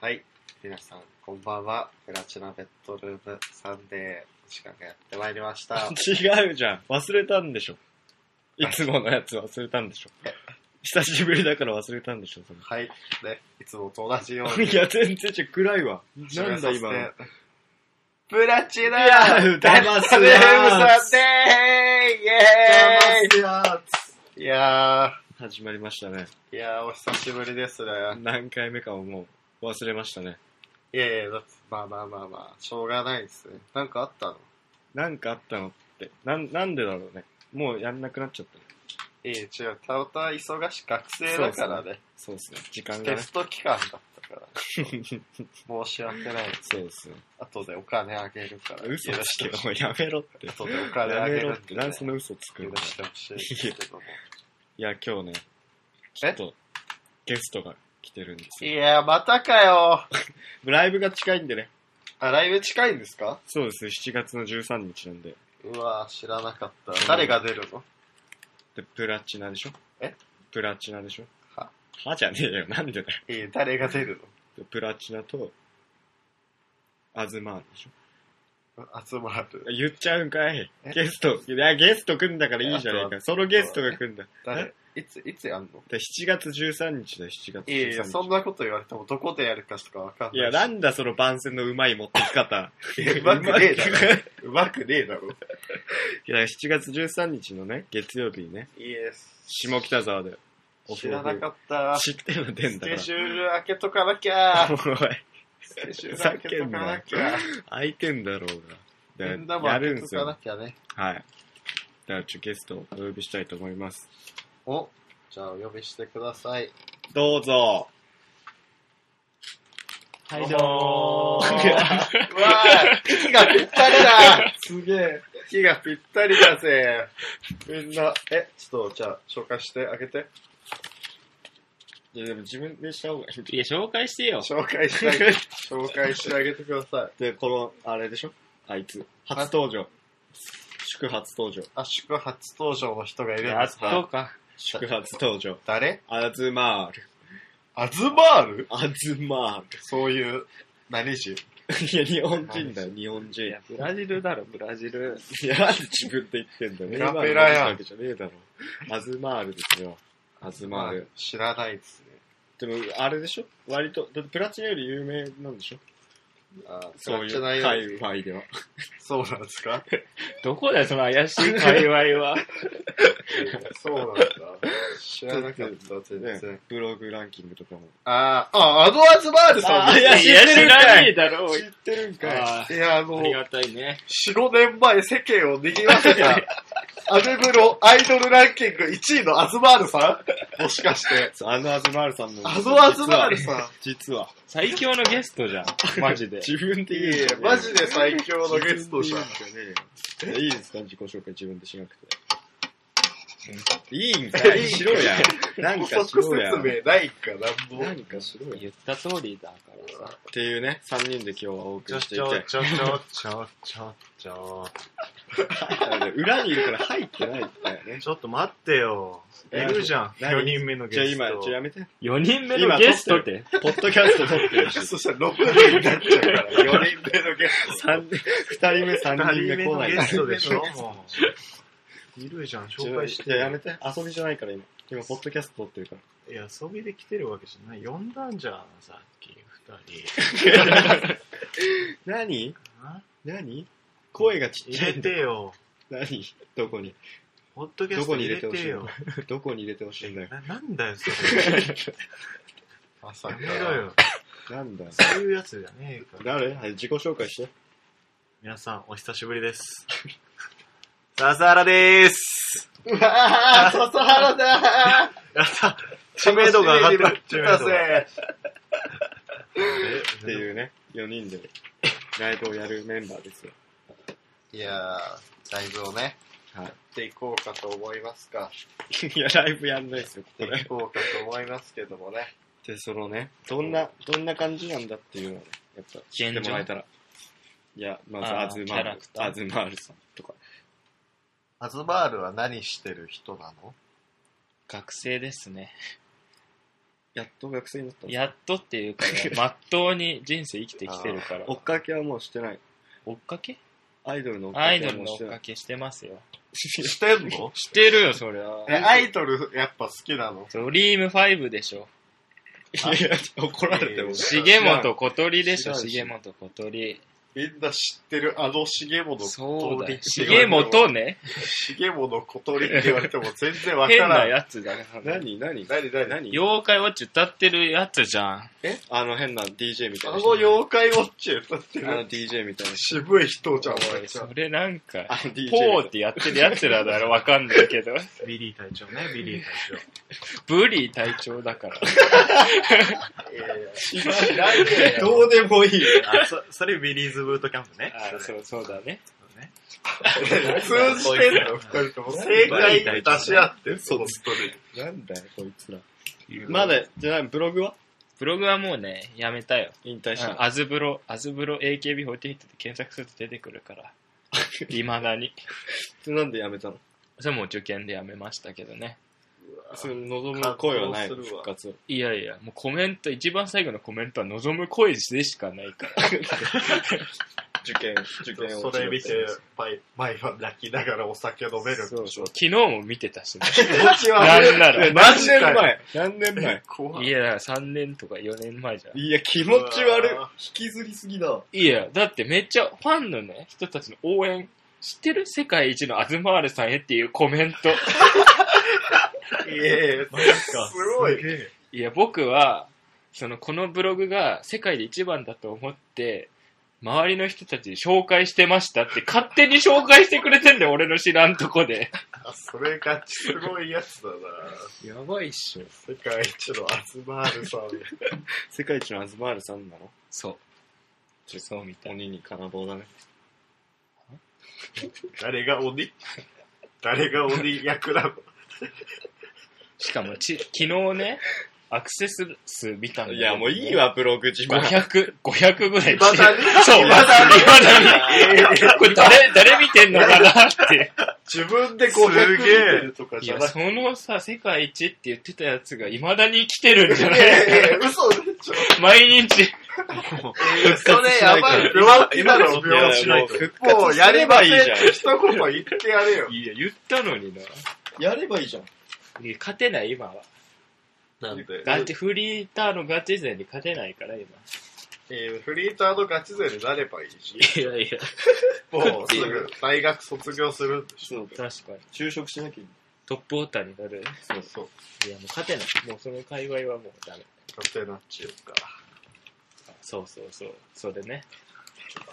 はい。皆さん、こんばんは。プラチナベッドルームサンデー、時間がやってまいりました。違うじゃん。忘れたんでしょ。いつものやつ忘れたんでしょ。久しぶりだから忘れたんで しょ、そはい。ね、いつもと同じようれ。に。いや、全然違う。暗いわ。 なんだ締今の。めいさせて。プラチナや、ベッドルーム歌ますサンデーイェますやーイいや始まりましたね。ー、いやー、お久しぶりですね。何回目かをもう忘れましたね。いやいや、だってまあまあまあまあ、しょうがないですね。なんかあったのなんかあったのって。なん、なんでだろうね。もうやんなくなっちゃったね。いや違う、たおた忙しい学生だからね。そうですね。時間がテね。スト期間だったから。申し訳ない。そうですね。後でお金あげるから。嘘つけ許してど、やめろって。後でお金やあげめろるっんで、て。なんでその嘘つくん許だしてほしいですけども。いや、今日ね、ちょっと、ゲストが来てるんですいよ。やー、またかよ。ライブが近いんでね。あ、ライブ近いんですかそうです、7月の13日なんで。うわー、知らなかった。誰が出るので、プラチナでしょえプラチナでしょははじゃねえよ、なんでだよ。いや誰が出るでプラチナと、アズマールでしょの集まる。言っちゃうんかいえゲスト、いや、ゲスト来んだからいいじゃねえあとか。はそのゲストが来んだ。誰いつ、いつやんので、7月13日だよ、7月13日。いやいや、そんなこと言われてもどこでやるかとかわかんない。いやなんだその番宣のうまい持ってき方。い やうまくねえだろ。うまくねえだろ。 いや、7月13日のね、月曜日にね、イエス。下北沢で。知らなかった。知ってるの出んスだかケら。ジュール開けとかなきゃ。おい、スケジュール開けとかなきゃ。空いてんだろうみが。んなだもや開るけんとすかなよ。きゃね。はい。だから、ちょ、ゲストをお呼びしたいと思います。お、じゃあお呼びしてくださ い。どうぞ。はい、どううもわー。ぁ、息がぴったりだすげえ。息がぴったりだぜ。みんな、え、ちょっと、じゃあ、紹介してあげて。 いや、でも自分でした方がいい。いや、紹介してよ。紹介してあ げ、紹介してあげてください。で、この、あれでしょあいつ。初登場。祝初登場。あ、祝初登場の人がいるんやでっすとかか。祝初登場。誰アズマール。アズマールアズマそういう、何人ール。いや、日本人だよ、日本人。いいや、ブラジルだろ、ブラジル。や、なんで自分で言ってんだよ。ペラペラやんわけじゃねえだろ。アズマールですよ。アズマール。知らないですね。でも、あれでしょ割と、だってプラチナより有名なんでしょあそうい知らなうよ界隈では。そうなんですかどこだよ、その怪しい界隈 は。そうなんだ。知らなかった、全ね然。、ブログランキングとかも。あーあ、アドアズマールさんあーいや知ってるんかい知らねえだろ、おい知ってるんかい。あいや、もーうあ、りがたいね。 4、5年前世間を賑わせた、アメブロアイドルランキング1位のアズマールさんもしかして。そうあのアズマールさんの。あのアズマールさん。実は。最強のゲストじ ゃん、マジで。自分でい言うえいえ、マジで最強のゲストじゃん。ゃん。いやいいですか自己紹介自分でしなくて。いいんかいしろや。なん補かし足ろや。説っ明ないんか、なんも。何かしろ言った通りだからさ。ていうね、3人で今日はお送りしていて。ちょちょちょちょちょ。裏にいるから入ってないってね。ちょっと待ってよ。いえるじゃん。何4人目のゲじゃあス今、ちト。ょやめて。 4人目のゲストって。ポッドキャスト撮ってるし。そしたら6人になっちゃうから、4人目のゲスト。三人、二人目、三人2人目目来のないゲストでしょ、ちも う。いるじゃん、ょ紹介しいや、やて。めて。遊びじゃないから今。今、ポッドキャスト撮ってるから。いや、遊びで来てるわけじゃない。呼んだんじゃん、さっき、2人。何あ何声がちっちゃ入いれんだてよ。何どこにホットキャスト入れてよ。どこに入れてほしいんだよ。ななんだよ、それ。まさやかめろよ。なんだよそういうやつじゃねえから。誰はい自己紹介して。皆さん、お久しぶりです。 笹原でーす。うわぁ、笹原だやった。ー 知名度が上がってる。知名度が上がってっってていう。いうね、4人でライブをやるメンバーですよ。る。いやー、ライブをね、はいやっていこうかと思いますか。いや、ライブやんないですよ、こやってれい。こうかと思いますけどもね。で、そのね、どんな、どんな感じなんだっていうのをね、やっぱ知ってもらえたら。いや、まず、あーアズマーキャラルク、ターアズマールさんとか。アズマールは何してる人なの学生ですね。やっと学生になったんですやっとっていうか ね、まっとうに人生生きてきてるから。追っかけはもうしてない。追っかけアイドルの追っアかイけドはルもうのし追ってなかい。けしてますよ。してんのしてるよ、そりゃ。え、アイドルやっぱ好きなのドリームファイブでしょ。いや、怒られても。重本小鳥でしょ、知らんし重本小鳥。みんな知ってるあの重本そうだよ。通りって重言われても本ね。重本小鳥って言われても全然わか変ら。なんやつだね。何何何何何妖怪ウォッチ歌ってるやつじゃん。あの変な DJ みたあいのな人。妖怪ウォッチ歌ってあのる DJ みたいな人。渋い人じゃん、おお前いちゃそん。れなんか、あの DJ みたポいなーってやってるやつらだろ、わかんないけ ど。ビリー隊長ね、ビリー隊ブリー隊長だから。いやいや知らんねえどようでもいい。長。あ、そ、それビリーズブートキャンプね。あそう、そうだね。そうね。通じてんの、二人とも。正解出し合ってる、そのストーリー。なんだよ、こいつら。まだ、じゃあブログはブログはもうね、やめたよ。引退したの。あずブロ、あずブロ AKB48 って検索すると出てくる から。未だに。それなんでやめたのそれも受験でやめましたけどね。それ望む声はないの感動する復わ活を。いやいや、もうコメント、一番最後のコメントは望む声でしかないから。受験、受験をそれ見て、毎毎晩泣きながらお酒飲める。そうそう。昨日も見てた しね。気持ち悪。ないんな何年ら。前何年前怖いや、だから3年とか4年前じゃん。いや、気持ち悪い。う引わきずりすぎだ。いや、だってめっちゃファンのね、人たちの応援、知ってる世界一のアズマールさんへっていうコメン ト。いやいや、すごい。いや、僕は、その、このブログが世界で一番だと思って、周りの人たちに紹介してましたって勝手に紹介してくれてんだ よ、俺の知らんとこで。あ、それがすごいやつだな。やばいっしょ。世界一のアズマールさん。世界一のアズマールさんなのそう。そうみたい。鬼に金棒だね。誰が鬼誰が鬼役なのしかもち、昨日ね、アクセス数見たんだけいどや、もういい。わ、ブログ自慢。 500、500ぐらい。まだにそう、まだに未だにこれ誰、誰見てんのかなって。自分で500す見げてえるとかいじゃや、なくて。そのさ、世界一って言ってたやつが未だに来てるんじゃないいやいや、嘘でしょ。毎日。それやばい。病気だろ、病気。いやもう復活もうやればいいじゃん。一言言ってやれよ。いや、言ったのにな。やればいいじゃん。いや勝てない、今は。なんでガチ、フリーターのガチ勢に勝てないから、今。えーフリーターのガチ勢になればいいし、いやいや、もうすぐ大学卒業するんでしょ。確かに。就職しなきゃいトップオーターになる。そうそう。いや、もう勝てない。もうその界隈はもうダメ。勝手なっちゅうか。そうそうそう。それね。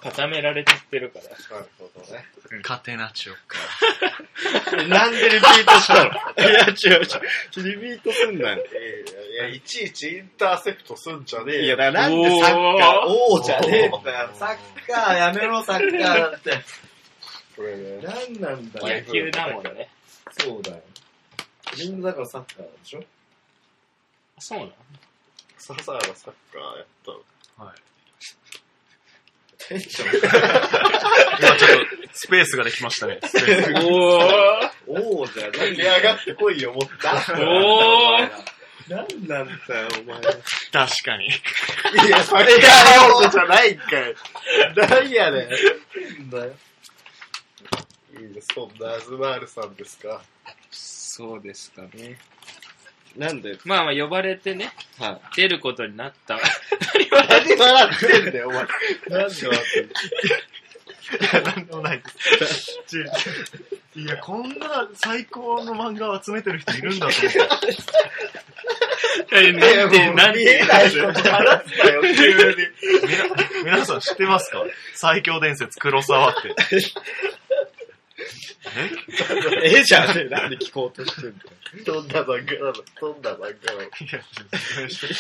固められちゃってるから。なるほどね。カテナチョか。けなんでリピートしたのいや、違う違う。リピートすんなよ。いやいや、いちいちインターセプトすんじゃねえいや、よ。だからなんでサッカー王じゃねえんだよ。サッカーやめろ、サッカーなんて。これね。なんなんだよ野。球だもんね。そうだよ。みんなだからサッカーでしょあそうなの笹原サッカーやったの。テンション今ちょっと、スペースができましたね。スペースおー王じゃね駆け上がってこいよ、もっと。おーえ。なんなんだよ、お前。確かに。いや、それが王じゃないんかい。なんやねなんだよ。ん。いいね、そんなアズマールさんですか。そうですかね。なんで、まあまあ、呼ばれてね、は出ることになった。何笑ってんだよ、お前。い。なんでわいや、なんでもないです。い や、こんな最高の漫画を集めてる人いるんだと思って。なんで、なん見えで、ない人と話すなよ、急に。みな皆さん知ってますか最強伝説、黒沢って。ええじゃんね。なんで聞こうとしてんだよ。どんな漫画なのどんな漫画なのえいや、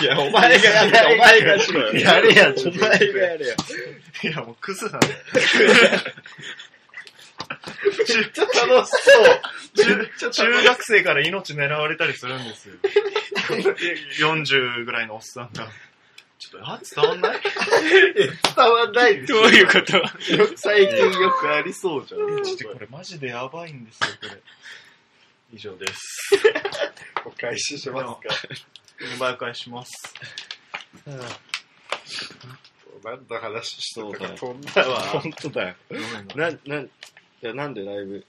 いや、お前がやれ、お前がしろよ。やれやお前がやれよ。いやもうクズ なんだよ。楽しそう。中中学生から命狙われたりするんですよ。40ぐらいのおっさんが。ちょっと、あ、伝わんない伝わんないでしどょう。いうこと最近よくありそうじゃん。ちょっとこれマジでやばいんですよ、これ。以上です。お返ししますか。媒介します。なんだ話してたかそ飛んだわ。本当だよ。な、なん、いや、なんでライブ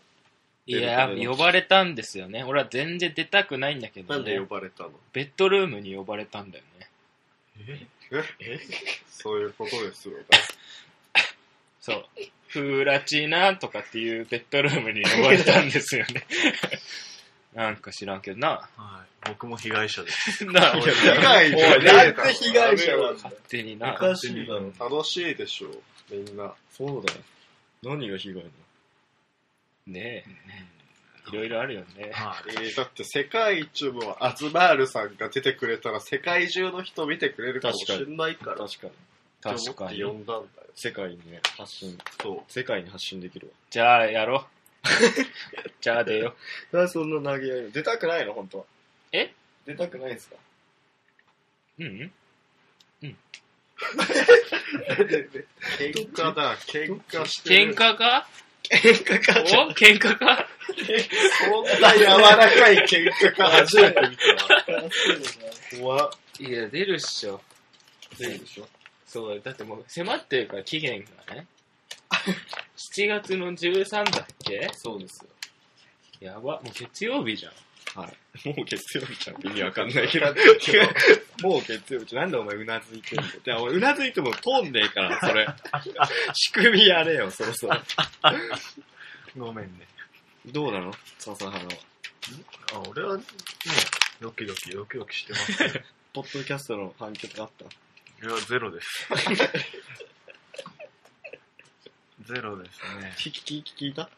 いや、呼ばれたんですよね。俺は全然出たくないんだけど、なね、んで呼ばれたのベッドルームに呼ばれたんだよね。そういうことですよね。そう。フーラチーナとかっていうベッドルームに呼ばれたんですよね。 なんか知らんけどな。 はい。僕も被害者です。 な、俺被害おい者なんで被害者なんだ勝手におな。かしいだろ。楽しいでしょう、みんな。そうだよ。何が被害だねえ。いろいろあるよね。はい。えーだって世界一もアズマールさんが出てくれたら世界中の人見てくれるかもしれないからっ確かに。て思確かってに呼。んだんだよ。世界にね、発信、そ世界に発信できるわ。じゃあ やろう。じゃあ出よなそんな投げ合い出たくないの、本当は。え出たくないですかう。うんう。喧嘩だ、喧嘩して喧る。嘩か喧嘩かお喧嘩かそんな柔らかい喧嘩か初めて見たわ。怖っいや、出るっしょ。出るでしょ。そうだ、だってもう迫ってるから期限がね。7月の13だっけそうですよ。やば、もう月曜日じゃん。はい。もう月曜日じゃんって意味わかんないけど。もう月曜日なんでお前うなずいてんのいや、俺うなずいても通んねえから、それ。仕組みやれよ、そろそろ。ごめんね。どうなの笹原は。あ、俺は、ね、ドキドキ、ドキドキしてます。 ポッドキャストの反響とかあったいや、ゼロです。ゼロですね。聞き、聞き、聞いた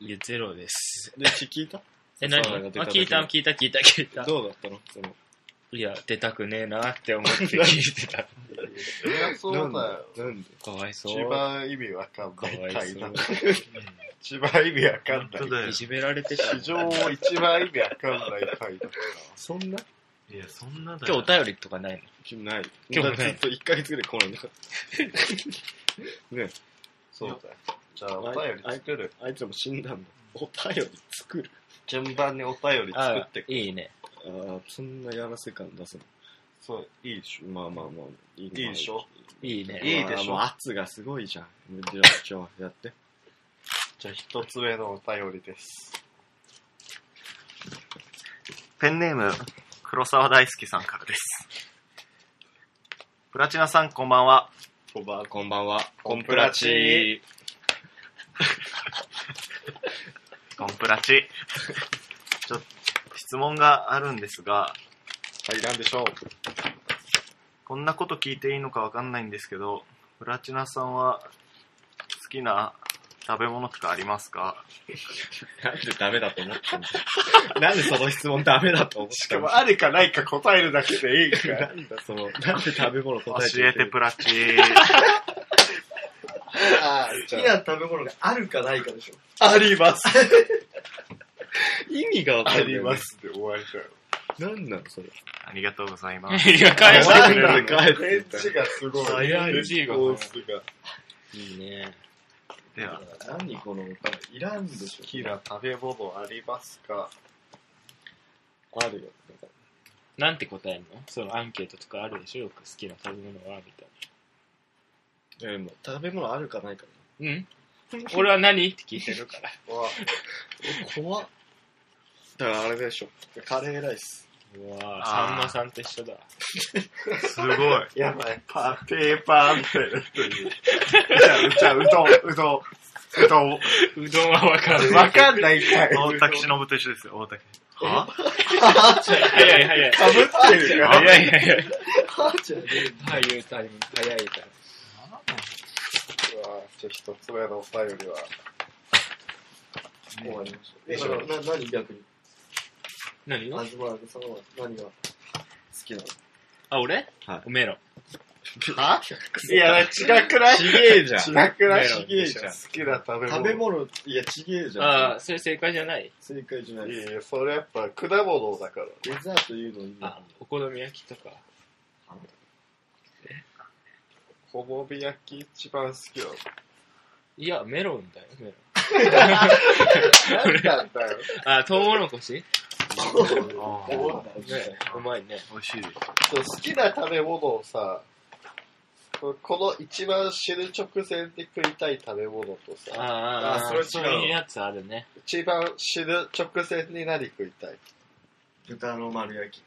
いや、ゼロです。で、聞聞いたえ、何そうあなんだ、聞いた、聞いた、聞いた、聞いた。どうだったのその。いや、出たくねえなって思って聞い てた。そりゃそうだよ。なんでなんでかわいそ一う。番意味わかんかないわい回そだう。。一番意味わかん本当ない。だよい。じめられてた。史上一番意味わかんない回だっそんないや、そんなだ今日お日便りとかないの気ない。興味まだずないっと1ヶ月ぐらい来ないんだかそうだよ。じゃあ、お便り作る。ら。あいつらも死んだんだ。お便り作る。順番にお便り作ってく。いいね。ああ、そんなやらせ感出せない。そう、いいでしまあまあまあ。いょ。いいいでしょ。いいね。いいでしょまあもう圧がすごいじゃん。じゃあ、ちょ、やって。じゃあ、一つ目のお便りです。ペンネーム、黒沢大輔さんからです。プラチナさん、こんばんは。こんばんは。こんばんは。コンプラチーコンプラチ。 ちょっと、質問があるんですが、はい、なんでしょう。こんなこと聞いていいのかわかんないんですけど、プラチナさんは好きな食べ物とかありますかなんでダメだと思ってんのなんでその質問ダメだと思っしてかんのも、あるかないか答えるだけでいいかなら。んだその、なんで食べ物教答えてえて プラチ。あーじ好ゃきな食べ物があるかないかでしょ。あ、あ ります。意味がわかあんない。りま。すで終わりだよ。なんなのそれ。ありがとうございます。いや、返してくれる。帰ってくれ返る事がすごい。早い字がコースが。いいね。では、何このお金いらんでし好きな食べ物ありますかょ。あるよ。なんて答えるのそのアンケートとかあるでしょよく好きな食べ物はみたいいやでも食べ物あるかないかな。うん俺は何って聞いてるから。わな。怖っ。だからあれでしょ。カレーライス。うわぁ、あーさんまさんと一緒だ。すごい。やばい。パー、ペーパーみたいな人いる。じゃあ、うどん、うどん、うどん。 うどんはわかる。わかんないかい。大滝忍と一緒ですよ、大滝。は 早い早い。かぶってるから。早い早い。母ちゃんで、俳優タイム、早いタイム。うわじゃあ、一つ目のお便りは。終わりましょう。え、だから、な、何逆に。何がアズマールさんは何が好きなのあ、俺はいおめろ。いや、違くないちげえじゃん。違くないちげえじゃん好きな食べ物。食べ物、いや、ちげえじゃん。ああ、それ正解じゃない。正解じゃないいです。やいや、それやっぱ果物だから。デザートいうのいいあな。、お好み焼きとか。お好み焼き一番好きだ。いや、メロンだよ、メロン。何なんだよ。あ、トウモロコシあそうーなんですよねうまいね。美味しいです。そう好きな食べ物をさ、この一番死ぬ直前で食いたい食べ物とさ、ああーあ、あそーれそそうれ違ういうやつあるね。一番死ぬ直前に何食いたい豚の丸焼き。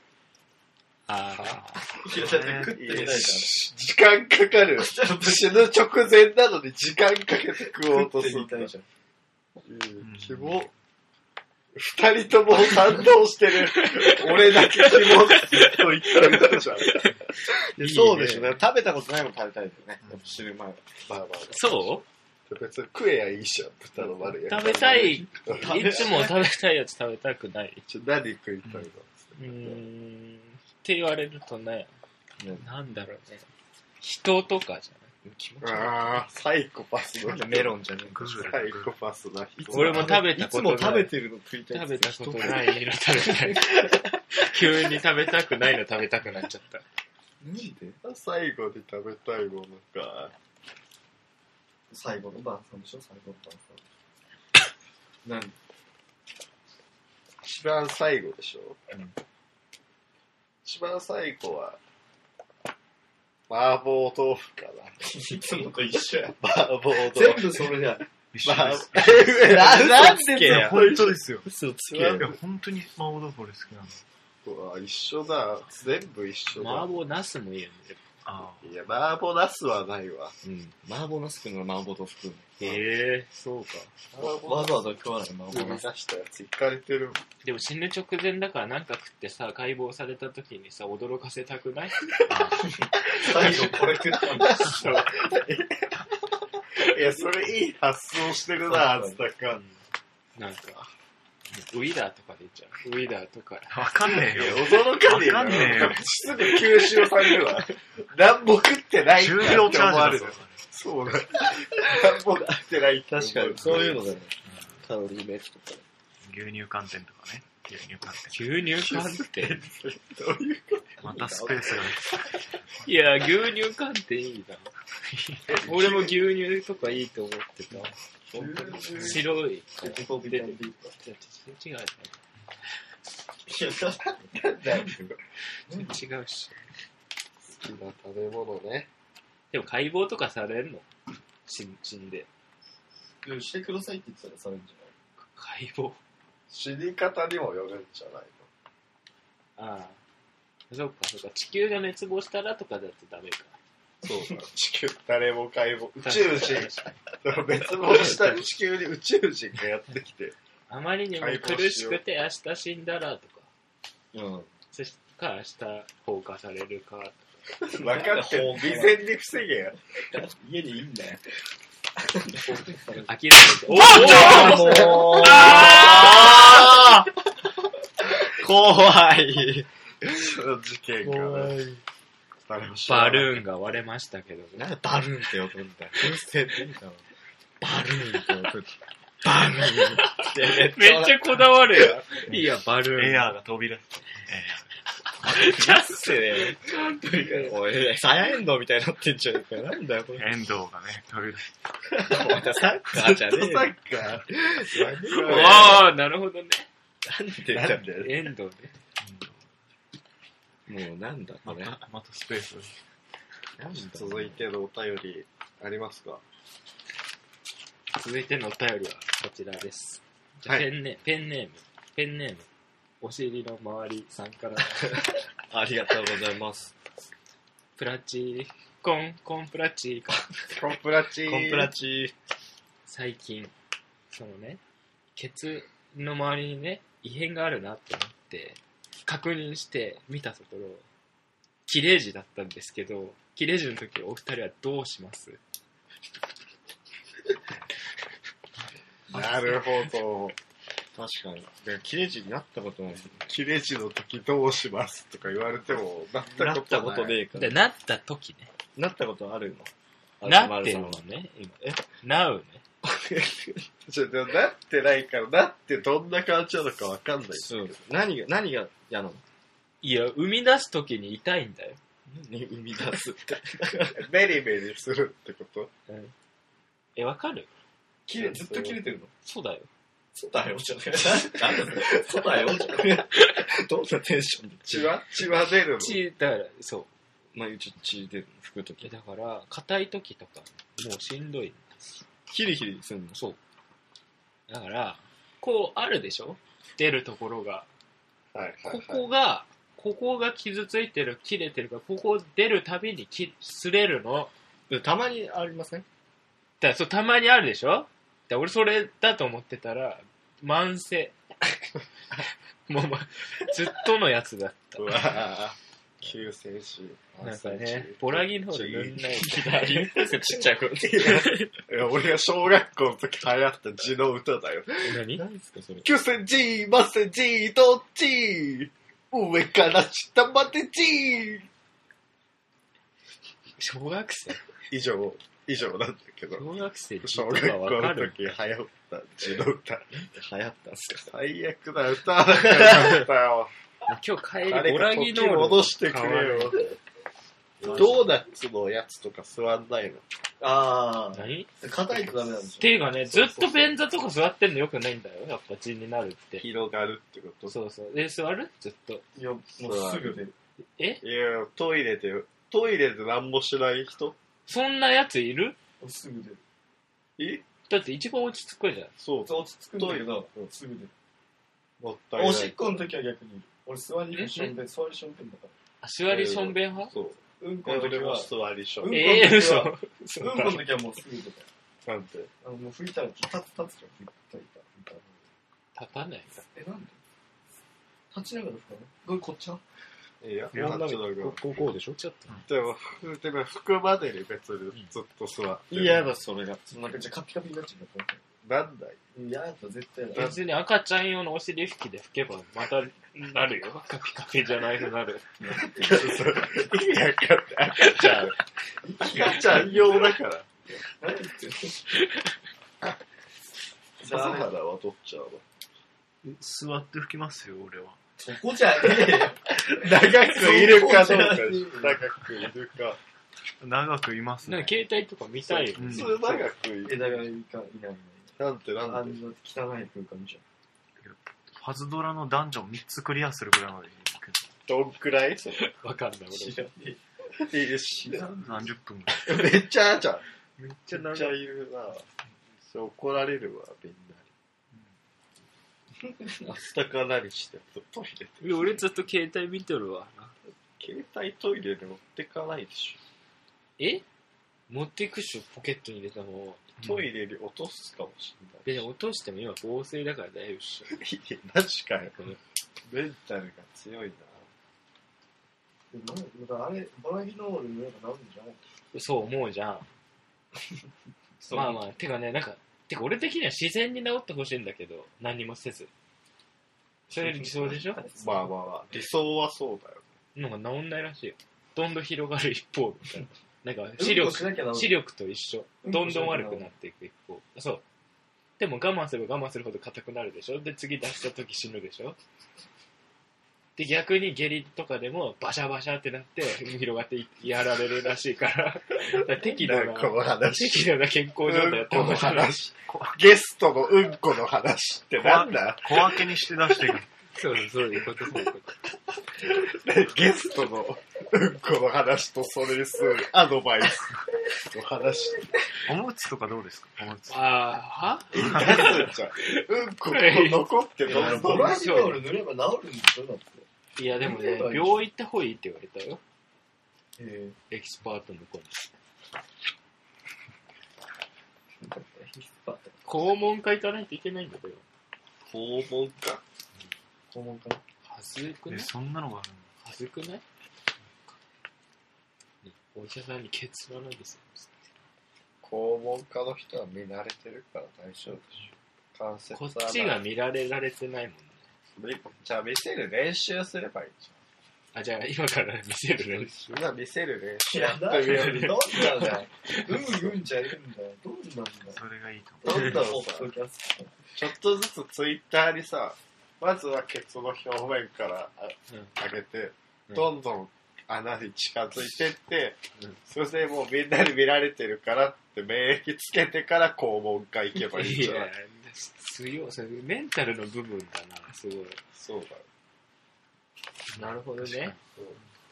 ああ。いや、だって食ってみないから。時間かかる。死ぬ直前なのに時間かけて食おうと食っすてみ。たるいじゃん。うんんキモ。二人とも賛同し てる。俺だけキモってと言ったら嘘じゃん。いやそうでしょ。だから食べたことないもの食べたいんだよね。やっぱ死ぬ前は。まあまあまあ、そう別に食えやいいじゃん、豚の丸焼き。食べたい、いつも食べたいやつ食べたくない。ちょ何食いたいの、うーん。って言われるとねね、なんだろうね。人とかじゃない気持ああ、サイコパスちの悪い。メロンじゃねえか。グーグルサイコパスな人。俺も食べたいこつとない。も食べてるの食いたい。食べたことないの食べたい。 急に食べたくないの食べたくなっちゃ った。マジで最後に食べたいものか。最後の晩餐でしょ最後の晩なん一番最後でしょ、うん一番最後は、麻婆豆腐かな。餐。いつもと一緒や。麻婆豆腐。全部それじゃん。一緒です。え、なんでつけや本当ですよ。嘘ついや、本当に麻婆豆腐俺好きなの。一緒だ。全部一緒麻だ。婆茄子もいいよね。あいや、麻婆ナスはないわ。うん。麻婆ナスくんの麻婆豆腐くん。へえ、そうか。わざわざ食わない麻生婆みナ出ス。したやつ、いかれてるもん。でも死ぬ直前だからなんか食ってさ、解剖された時にさ、驚かせたくない最後これ食ったんだ。いや、それいい発想してるな、つたか。なんか、ウィダーとかでいっちゃう。ウィダーとか。あ。わかんねいや、えよ。驚かねえよ。わかんねえよすぐ吸収される わ。何も食ってないん10だ秒ってチ思ャわーれジるだ。ぞ。そうだ。何も食ってないって思う確かに、そういうのだよね。カロリーメイクとか。牛乳寒天とかね。牛乳寒牛乳鑑定天。またスペースがねいや、牛乳鑑定いいな。 俺も牛乳とかいいと思ってた。白い。出てる。違う。 いや、違うし。好きな食べ物ね。でも解剖とかされんの死ん死んで。でもしてくださいって言ってたらされるんじゃない解剖。死に方にもよるんじゃないああ。そっかそっか。地球が滅亡したらとかだとダメか。のそうだ。地球、誰も解剖。宇宙人。確かに別亡した地球に宇宙人がやってき て。あまりにも苦しくて明日死んだらとか。うん。そしか明日放火されるかとか。分かってる。未然に防げや。家でいいんだよ。諦めて。おおもう、あ ー怖い。その事件がね。誰も知らなバいルーンが割れましたけどね。なんでバルーンって音みたいな。風船ってみたいな。バルーンって音ってめっちゃこだわるよ。いや、バルーン。エアーが飛び出す。チャンスせねおい、サヤエンドウみたいになってんじゃねえか。なんだよ、こ れ。遠藤がね、飛び出す。お前サッカーじゃねえよ。なんか、ああ、なるほどね。なんでなだんだよエンドね。もうなんだ、こまれ。た、またスペースがねなんだ続いてのお便りありますか続いてのお便りはこちらです。じゃあはいペンネ、ペンネーム、ペンネーム、お尻の周りさんからのありがとうございます。プラチー、コン、コンプラチーか。コンプラチー。コンプラチ最近、そのね、ケツの周りにね、異変があるなって思って、確認して見たところ、切れ字だったんですけど、切れ字の時お二人はどうしますなるほど。確かに。で切れ字になったことない。切れ字の時どうしますとか言われても、なったことな。ないったことねえかでら。なった時ね。なったことあるのなってるののね、今。えなうね。ちょでもなってないから、なってどんな感じなのかわかんない。そう。何が、何が嫌なのいや、生み出す時に痛いんだよ。何生み出すって。メリメリするってことえ、わかる 切れ、ずっと切れてるのそうだよ。ソタよじゃねえ。なんだそれソタよじゃねえ。どんなテンションで血は血は出るの。血、だから、そう。まあ、ちょっと血で拭くといき。やだから、硬い時とか、もうしんどい。ヒリヒリするのそう。だから、こうあるでしょ出るところが。はいはいこはい。こが、ここが傷ついてる、切れてるから、ここ出るたびにき擦れるの。でたまにありませんだからそうたまにあるでしょだから俺それだと思ってたら、慢性。もう、ま、ずっとのやつだった。うわぁ。 救世主。なんかね、ボラギの方で塗んないで。リンプスちっちゃい頃。いや俺が小学校の時流行った字の歌だよ。何何ですか、それ。 9センチ、マセンチ、どっち上から下まで G! 小学生以上、以上なんだけど。小学生って小言学葉校わかのる時流行った字の歌。流行ったんすか最悪な歌だったよ。今日帰ありれボラギノール戻してくれよ。ドーナツのやつとか座んないの。あ何あ。硬いとダメなんでし手がねずっと便座とか座ってんのよくないんだよやっぱ血になるって広がるってことそうそうで座るずっとょいや、もうすぐ出る。えいや、トイレで、トイレで何もしない人そんなやついるもうすぐ出る。えだって一番落ち着くじゃんそう、落ち着くんだけど、すぐ出る。もったいない。おしっこの時は逆にいる。俺座りにしょんべん、座りしょんべんだかあ座りしょんべん派そう。ら。うんこの時俺もは、座りしょう。んええー、嘘うんこの時はもうすぐ出る。なんて。あの、もう拭いたら、立つ立つじゃん。拭いた、拭いた、拭い立たないた。かえ、なんで立ちながら拭かないどうこっちはいや、女女のの子子だけど。高校でしょちょっとでも、でも、服までに別にずっと座って。嫌だ、それが。そのなんかじゃあカピカピになっちゃうから。なんだいいや、やっぱ絶対だ。別に赤ちゃん用のお尻拭きで拭けばまたなるよカピカピじゃないのなる意味わかんない。赤ちゃん。赤ちゃん用だから。何言ってんの笹原はどっちゃうの座って拭きますよ、俺は。そこじゃねえよ。長くいるかどうか。長くいるか。長く いますなんねか。携帯とか見たいよ、うん普通長くいる。枝がいいか、いないいない。なんてなあんんて。な汚い空間じパズドラのダンジョン3つクリアするぐらいまでいくどんくらいそわかんないゃん。俺知らねえ。れ。いるし。知らん。何十分ぐらい。めっちゃあちゃん。めっちめっちゃいるなそう怒られるわ、みん なに。明日から何してんのトイレで。いや俺ずっと携帯見てるわな携帯トイレに持ってかないでしえ持っていくっしょポケットに入れたのをょ。トイレに落とすかもしれで落としても今防水だから大丈夫っしょない。いや、マジかよ。メンタルが強いな。でもなんかあれ、ボラギノールのなんかなるんじゃん。そう思うじゃん。まあまあ、てかね、なんか、てか俺的には自然に治ってほしいんだけど、何もせず。それ理想でしょ まあまあまあ、理想はそうだよ。なんか治んないらしいよ。どんどん広がる一方みたいな。なんか視 うんこ力、しなきゃな視力と一緒。どんどん悪くなる。っていく一方。そう。でも我慢すれば我慢するほど硬くなるでしょで、次出した時死ぬでしょで、逆に下痢とかでもバシャバシャってなって広がっていやられるらしいから。だから適度なんな。かこの話。適度な健康状態やうっんたこ方のがいい。話。ゲストのうんこの話ってなんだ小分けにして出していく。そうそう、そういうこと、そういうこと。ゲストのうんこの話とそれにするアドバイスの話おむつとかどうですかおむつ。あ出すじゃん。うんこ残っていやボラギノール塗れば治るんでしょだって。あいや、でもね、病院行った方がいいって言われたよ。えエキスパートの子に。ー、なんか引っ張った。肛門科行かないといけないんだけど。訪問か。肛門かな。はずくえ、ないそんなのがあるのはずくないなんかねお医者さんにケツはないですよ。肛門科の人は見慣れてるから大丈夫でしょ。関節こはっちが見られられてないもんね。じゃあ見せる練習すればいいじあ、じゃあ今から見せるね。ゃん。みんな見せる練習いや、っなんてみよで、うどんなんだよ。うんうんじゃねえんだよ。どんなんだそれがいいと思よ。どんなポッドキャストちょっとずつツイッターにさ、まずはケツの表面からうんあ上げて、うんどんどん穴に近づいてって、うんそれでもうみんなに見られてるからって免疫つけてから肛門科行けばいいんじゃないや強い、それメンタルの部分だな、すごい。そうだよ。なるほどね。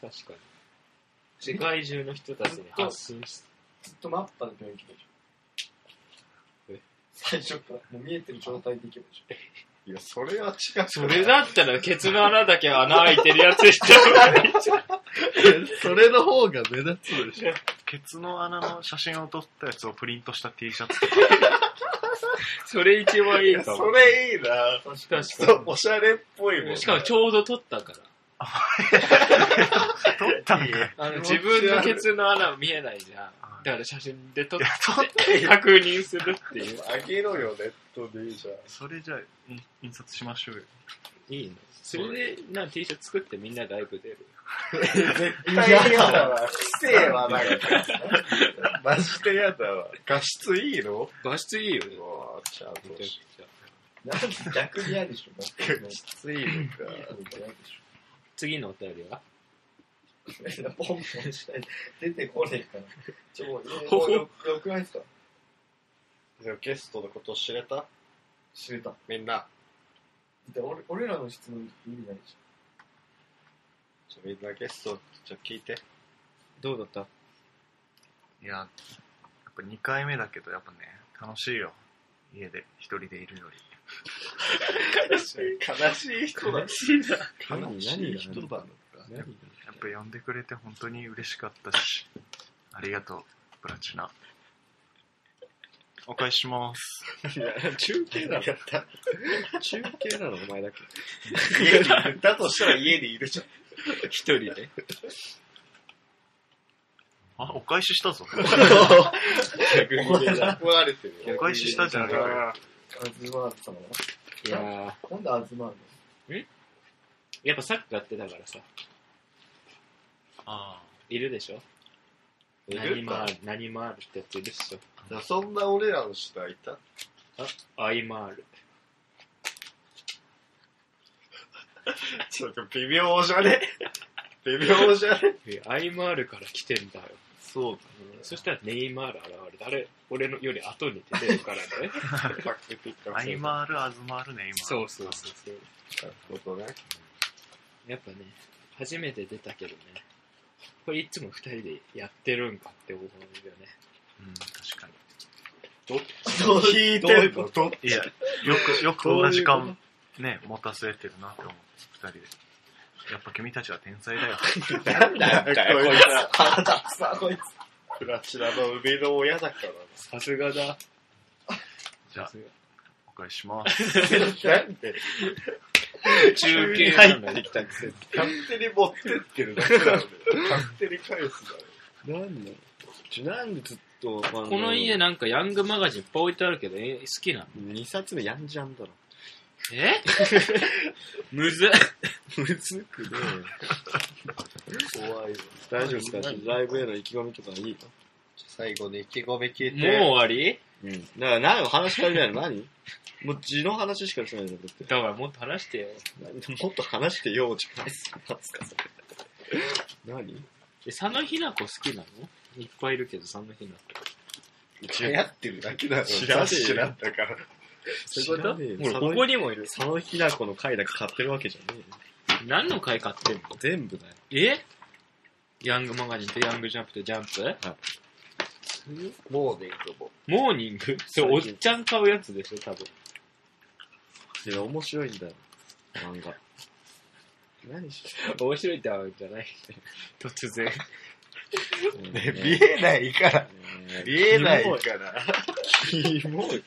確かに。世界中の人たちに発信しずっとマッパで病院来てるでしょえ最初からもう見えてる状態で行けばいいでしいや、それは違う。それだったら、ケツの穴だけ穴開いてるやつした方がいいじゃん。それの方が目立つでしょ。ケツの穴の写真を撮ったやつをプリントした T シャツ。それ一番いいかそも。れいいな確かにそう、おしゃれっぽいもん、ね。しかもちょうど取ったから。撮ったんかい。あの自分のケツの穴見えないじゃんは。いだから写真で撮って確認するっていう。あげろよ、ネットでいいじゃん。それじゃあ、印印刷しましょうよ。いいね。それで、なんか T シャツ作ってみんなライブ出る。絶対嫌だわ。くせえわ、なんか。マジで嫌だわ。画質いいのう画質いいよね。わちゃんと。めちゃくちゃょなんか逆に嫌でしょ きついのか。次のお便りはなんかポンポンしたい出てこねえからちょもうもうよよくないですかでもゲストのこと知れた知れたみんな。で俺俺らの質問意味ないでしちょみんなゲスト、ちょ聞いて。どうだったいや、やっぱ2回目だけど、やっぱね、楽しいよ。家で一人でいるより。悲しい人だ。何悲しい人だ。何がやっぱ呼んでくれて本当に嬉しかったし、ありがとう、プラチナ。お返しします。中継だろ。中継なのお前だけ。家にいる。だとしたら家にいるじゃん。一人で。あ、お返ししたぞ。怒られてるよ。 お返ししたじゃん。ょアズマール様はいやーなんでアズマールやっぱサッカーやってたからさ、あいるでしょいる何もある、何もあるってやついるでしょじゃあそんな俺らの人はいたアイマール。ちょっと微妙じゃね微妙じゃねえアイマールから来てんだよ。そうそしたらネイマール現れた。あれ、俺のより後に出てるからね。 だ。アイマール、アズマールね、今。そうそうそうそう。なるほどね。やっぱね、初めて出たけどね、これいつも二人でやってるんかって思うんだよ ね。うん、確かに。様聞いてるのどっいや、よく、よくこんな時間、ね、持たせてるなって思う、二人で。やっぱ君たちは天才だよ。なんだよ、こいつ。腹立つなこいつプラチナの生みの親だからさすがだ。じゃあさすがお返しします。な。なんで中継入なっのてにきたくせに。勝手に持ってってるだけなのに。勝手に返すだろ。なんだちょなんでずっと、あのこの家なんかヤングマガジンいっぱい置いてあるけど、え好きなの2冊目やんじゃんだろ。え むずっむずくね。怖いわ。大丈夫ですかちょっとライブへの意気込みとかいい最後に意気込み聞いもう終わりうん。だから何を話し足りないの何もう字の話しかしないのだって。だからもっと話してよ。もっと話してようじゃないですか。何え、佐野ひな子好きなのいっぱいいるけど、佐野ひな子。流行ってるだけだろ。知知らねえよら知らんだから。そういうこと知らねえほよら、ここにもいる。佐野ひな子の回だけ買ってるわけじゃねえよ何の回買ってんの全部だよ。えヤングマガジンとヤングジャンプとジャンプモーニングも。モーニングそれおっちゃん買うやつでしょ、多分。いや、面白いんだよ。漫画。何して面白いってあるんじゃない突然。んのね、見えないから。見えないから。キモい。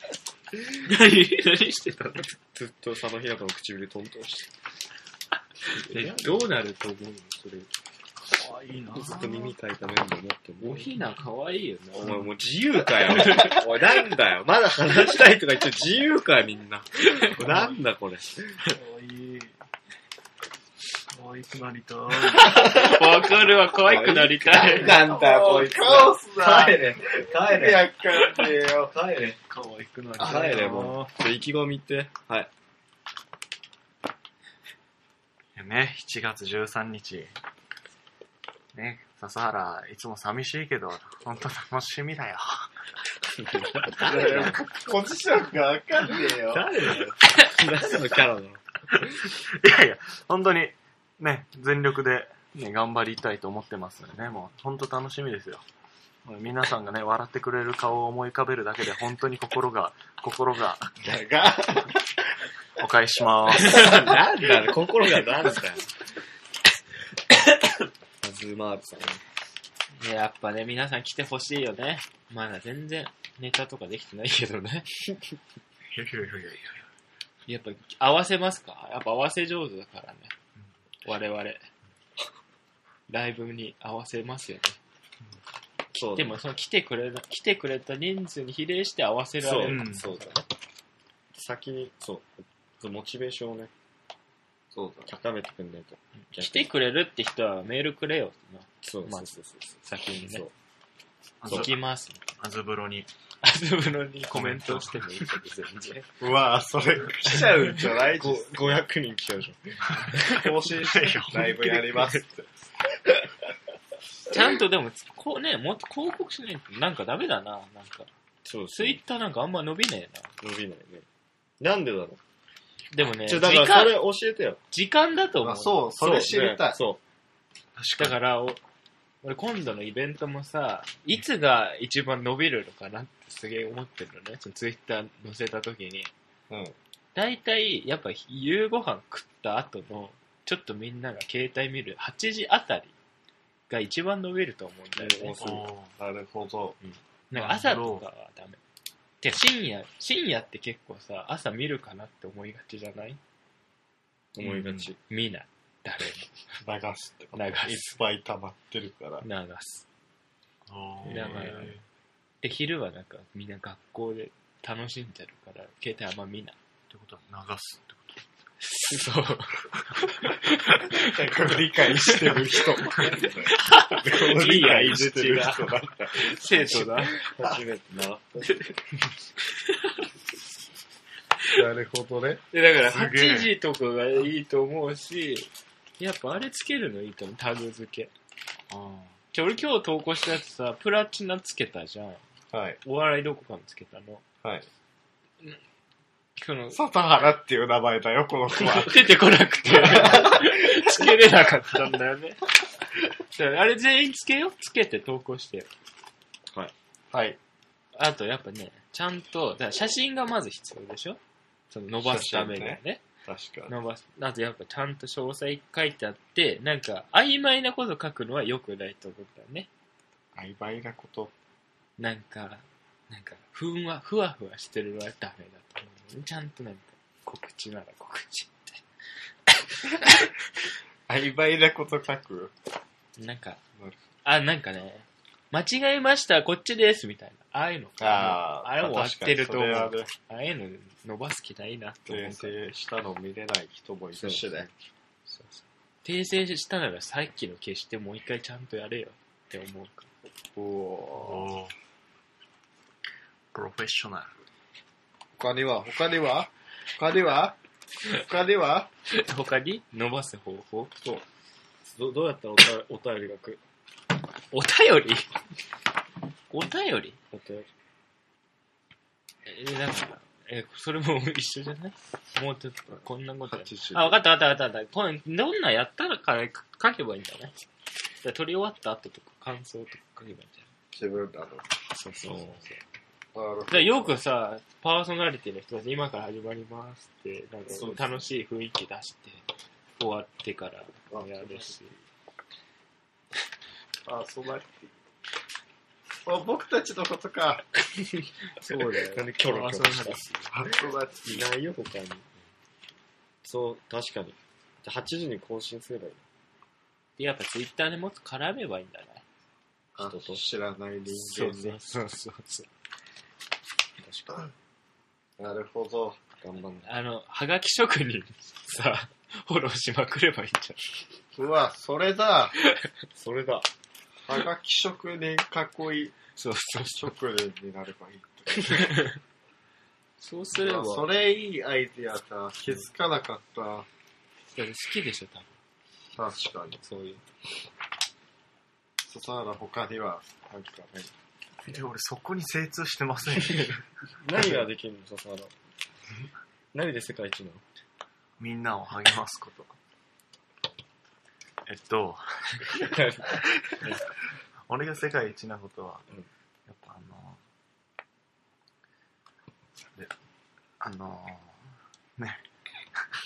何何してたのずっと佐野ひな子の唇トントンして。え、どうなると思うのそれ。ああ、いいなずっと耳かいたメンバー持っておひな可愛いよな。お前もう自由かよ。おい、なんだよ。まだ話したいとか言って自由かよ、みんな。おいなんだこれ。かわいい。かわいくなりたい。わかるわ、可愛くなりたい。なんだよ、こいつ。カオスだ。帰れ帰れやっかんねえよ。帰れかわいくな帰りたいな。れ、もう。意気込みって。はい。ね、7月13日。ね、笹原、いつも寂しいけど、本当楽しみだよ。ポジションがわかんねえよ。誰だよ。何のキャラなのいやいや、本当に、ね、全力で、ね、頑張りたいと思ってますんでね、もう、本当楽しみですよ。もう皆さんがね、笑ってくれる顔を思い浮かべるだけで、本当に心が、心が、だが、お返しし ます。なんだろう、心がなんだよ。アズマールさんね。ねやっぱね、皆さん来てほしいよね。まだ全然ネタとかできてないけどね。いやいやいやいや。やっぱ合わせますかやっぱ合わせ上手だからね。我々。ライブに合わせますよね。そうでもその来てくれた、来てくれた人数に比例して合わせらそうれる。うんそうだね。先に、そう、モチベーションをね、そうだ。高めてくんないと。来てくれるって人はメールくれよ。そうまそあうそうそう。先にねそう。あず聞きます。あずぶろに。アズブロにコメントしてもいいけど、全然。うわそれ来ちゃうんじゃないご500人来ちゃうじ更新して よライブやりますって。ちゃんとでも、こうね、もっと広告しないとなんかダメだな。なんか、ゃん。そうツイッターなんかあんま伸びねえな。伸びないね。なんでだろう。でもね、ち時ょ、だからそれ間、教えてよ。時間だと思あう。そう、それ知りたい。そう。だから、お俺今度のイベントもさ、いつが一番伸びるのかなってすげえ思ってるのね。そのツイッター載せた時に。うん。大体、やっぱ夕ご飯食った後の、ちょっとみんなが携帯見る8時あたりが一番伸びると思うんだよね。そうなるほど。なんか朝とかはダメ。てか深夜、深夜って結構さ、朝見るかなって思いがちじゃない思いがち。見ない。誰も。流すってこと。流すいっぱい溜まってるから。流す。おーだからで、昼はなんかみんな学校で楽しんでるから、携帯あんま見ない。ってことは流すってそう。こ理解してる人。理解してる人だった。生徒だ。初めてな。なるほどね。で、だからすげえ8時とかがいいと思うし、やっぱあれつけるのいいと思う。タグ付け。とあちょ、俺今日投稿したやつさ、プラチナつけたじゃん。はい。お笑いどこかもつけたの。はい。その、笹原っていう名前だよ、この子は。出てこなくて、つけれなかったんだよね。だ からあれ全員つけよう。つけて投稿してよ。はい。あとやっぱね、ちゃんと、だから写真がまず必要でしょその伸ばすためには写ね。確か伸ばす。あとやっぱちゃんと詳細書いてあって、なんか曖昧なこと書くのは良くないと思ったよね。に。曖昧なこと。なんか、なんか、ふんわ、ふわふわしてるのはダメだと思うのね。ちゃんとなんか、告知なら告知。 曖昧なこと書く。なんかなる、あ、なんかね、間違えました、こっちです、みたいな。ああいうの。あーあれ終わってると思う。まああ確かにあいうの伸ばす気ないなって思う訂から。正したの見れない人もいるしね。訂正したならさっきの消してもう一回ちゃんとやれよって思うかおあおー。おープロフェッショナ他には、他には他には他にはら。他に伸ばす方法どどうやったらおたお便りが来るお便りお便りお便りえー、なんか、えー、それも一緒じゃないもうちょっと、こんなことや ?80 あ、わかったわかったわかった。こんどんなんやったらから書けばいいんじゃないじゃあ撮り終わった後とか感想とか書けばいいんじゃない自分なの。そうそうそう。なるほだからよくさ、パーソナリティの人たち、今から始まりますって、なんそうか楽しい雰囲気出して、終わってからやるし。どあ、そばき。あ、僕たちのことか。そうだよ。なんでキョロキョロしたあ、そばいないよ、他に。そう、確かに。じゃあ8時に更新すればいいで、やっぱツイッターでもっと絡めばいいんだね。人と知らない人そう間そうね。そうそう。確かなるほど。に。頑張んない。あの、はがき職人さ、フォローしまくればいいんじうわ、それだ。それだ。はがき職人囲いゃん。そうそうそう。職人になればいいって。そうすれば、うわだそれいいアイディアだ。気づかなかった。って好きでしょ、多分。確かに。そういう。笹原他には、なんかね、で、俺そこに精通してませんよ。何ができるの笹原。何で世界一なのみんなを励ますこと。えっと、俺が世界一なことは、うんやっぱあの、であの、ね、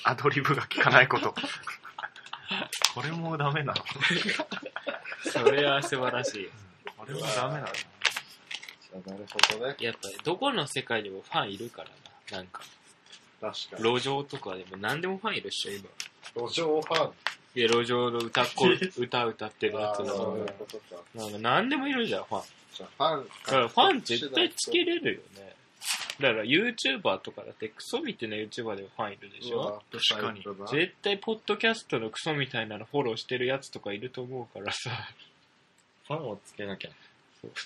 アドリブが効かないこと。これもダメなのそれは素晴らしい。これもダメなのなるほどね。やっぱりどこの世界にもファンいるからな。なんか、確かに。路上とかでも何でもファンいるっしょ、今。路上ファン。いや、路上の歌っ 子、歌歌ってるやあつーそういもう。ことか。なんか何でもいるじゃん、ファン。じゃあファンだからファン絶対つけれるよね。だから YouTuber とかだってクソみたいな YouTuber でもファンいるでしうょわ確かにタイプだ絶対ポッドキャストのクソみたいなのフォローしてるやつとかいると思うからさ。 ファンをつけなきゃ。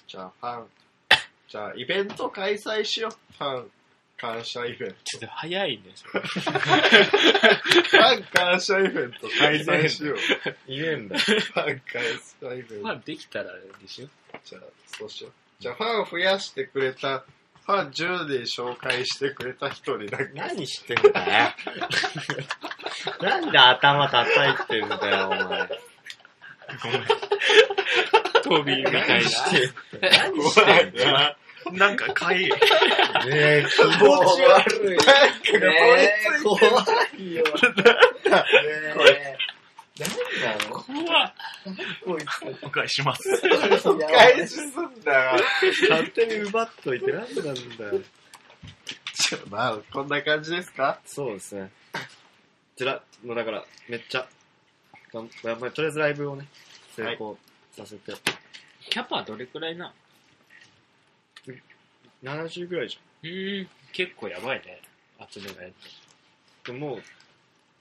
じゃあファン。じゃあイベント開催しよう。ファン感謝イベント。ちょっと早いね。ファン感謝イベント開催しよう。言えんだ。ファン開催イベンファト。ンできたらでしょじゃあそうしよう。じゃあファン増やしてくれた、ファン10人紹介してくれた人にだけ。 何してんだよ。 なんで頭叩いてんだよ、お前。トビーみたいな。何してんだよ。なんかかいい。ねえ、気気持持ち悪い。なんかこれついてるいよ。ねえこれ何なの怖っこいつ。お返しします。お返しすんだよ。勝手に奪っといてなんでなんだよ。ちょまあ、こんな感じですかそうですね。つら、もうだから、めっちゃ、がんやっぱりとりあえずライブをね、成功させて、キャパどれくらいな70ぐらいじうーん、結構やばいね。集めがやって。ゃん。でもも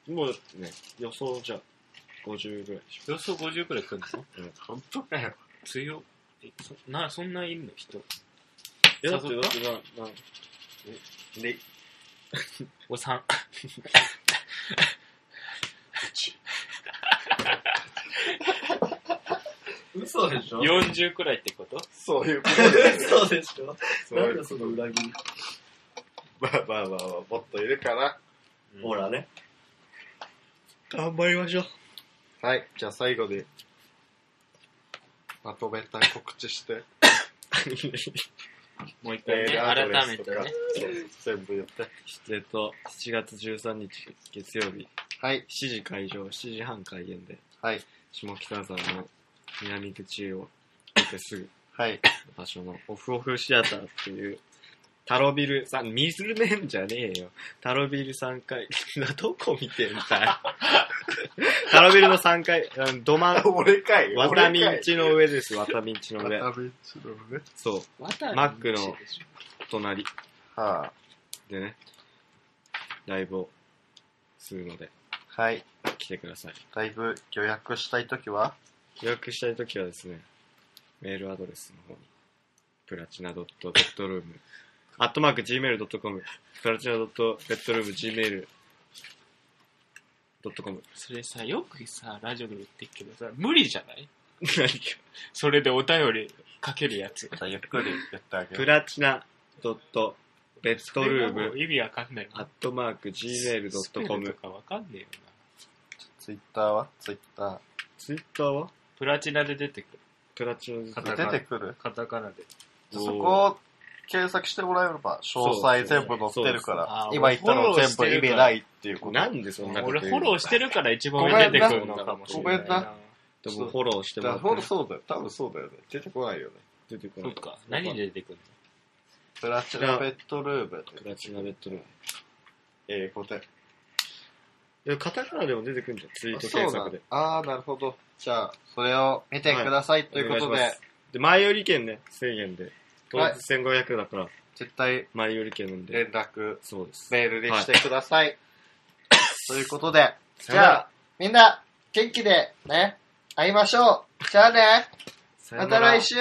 う、もうね、予想じゃ50ぐらいでし予想50くらい来るの本当かよ。強っえそな、そんないるの人。ょ。いや、だって、誘だっったてな、な、ね、おさ嘘でしん。ょ40くらいってことそういうこ嘘でしょと。なん だその裏切り。まあまあまあまあ、もっといるかな。ほらね。頑張りましょう。はい、じゃあ最後に、まとめた告知して、もう一回ね、メールアドレ改スめとてかね。全部言って。えっと、7月13日月曜日、はい、 7時会場、7時半開演で、はい、下北沢の南口を出てすぐはい。場所のオフオフシアターっていう、タロビルさん、ミスルネームじゃねえよ。タロビル3階、どこ見てん だよ。タロビルの3階、あのど真ん、俺かい渡俺道かいの上です、渡道の上。渡道のね。そう、マッマックの隣はでね、ライブをするので、あ、はい。来てください。だいぶ予約したいときは、予約したいときはですね、メールアドレスの方に、プラチナドットベッドルーム、アットマーク Gmail.com、プラチナドットベッドルーム Gmail.com。それさ、よくさ、ラジオでも言ってるけどさ、無理じゃない それでお便りかけるやつ。じゃあゆっくり言ってあげプる。ラチナドットベッドルーもうム、意味わかんない。アットマークスペル Gmail.com と。かわかんねえよな。ツイッターはツイッタツイッターはプラチナで出てくる。プラチナドットー。出てくるカタカナで。じゃあそこを検索してもらえれば、詳細全部載ってるかそらう、そう今言ったの全部意味ないっていうこと。なんでそんなこと俺言うフォローしてるから一番上に出てくるのかもしれない。ごめんな。でもフォローしてもらだっほてんとそうだよ。多分そうだよね。出てこないよね。出てこそなっい。か。何で出てくるプラチナベッドルーム。プラチナベッドルーム。英語で。いやカタカナでも出てくるんじゃん、ツイートそ検うな索んだで。。ああ、なるほど。じゃあ、それを見てください、ということお願いしでま、すで、前売り券ね、1000円で。当はい日1500だから、絶対前売り券なんで。連絡、そうです。メールにしてください。ということで、じよならゃあ、みんな、元気でね、会いましょう。じゃあね、また来週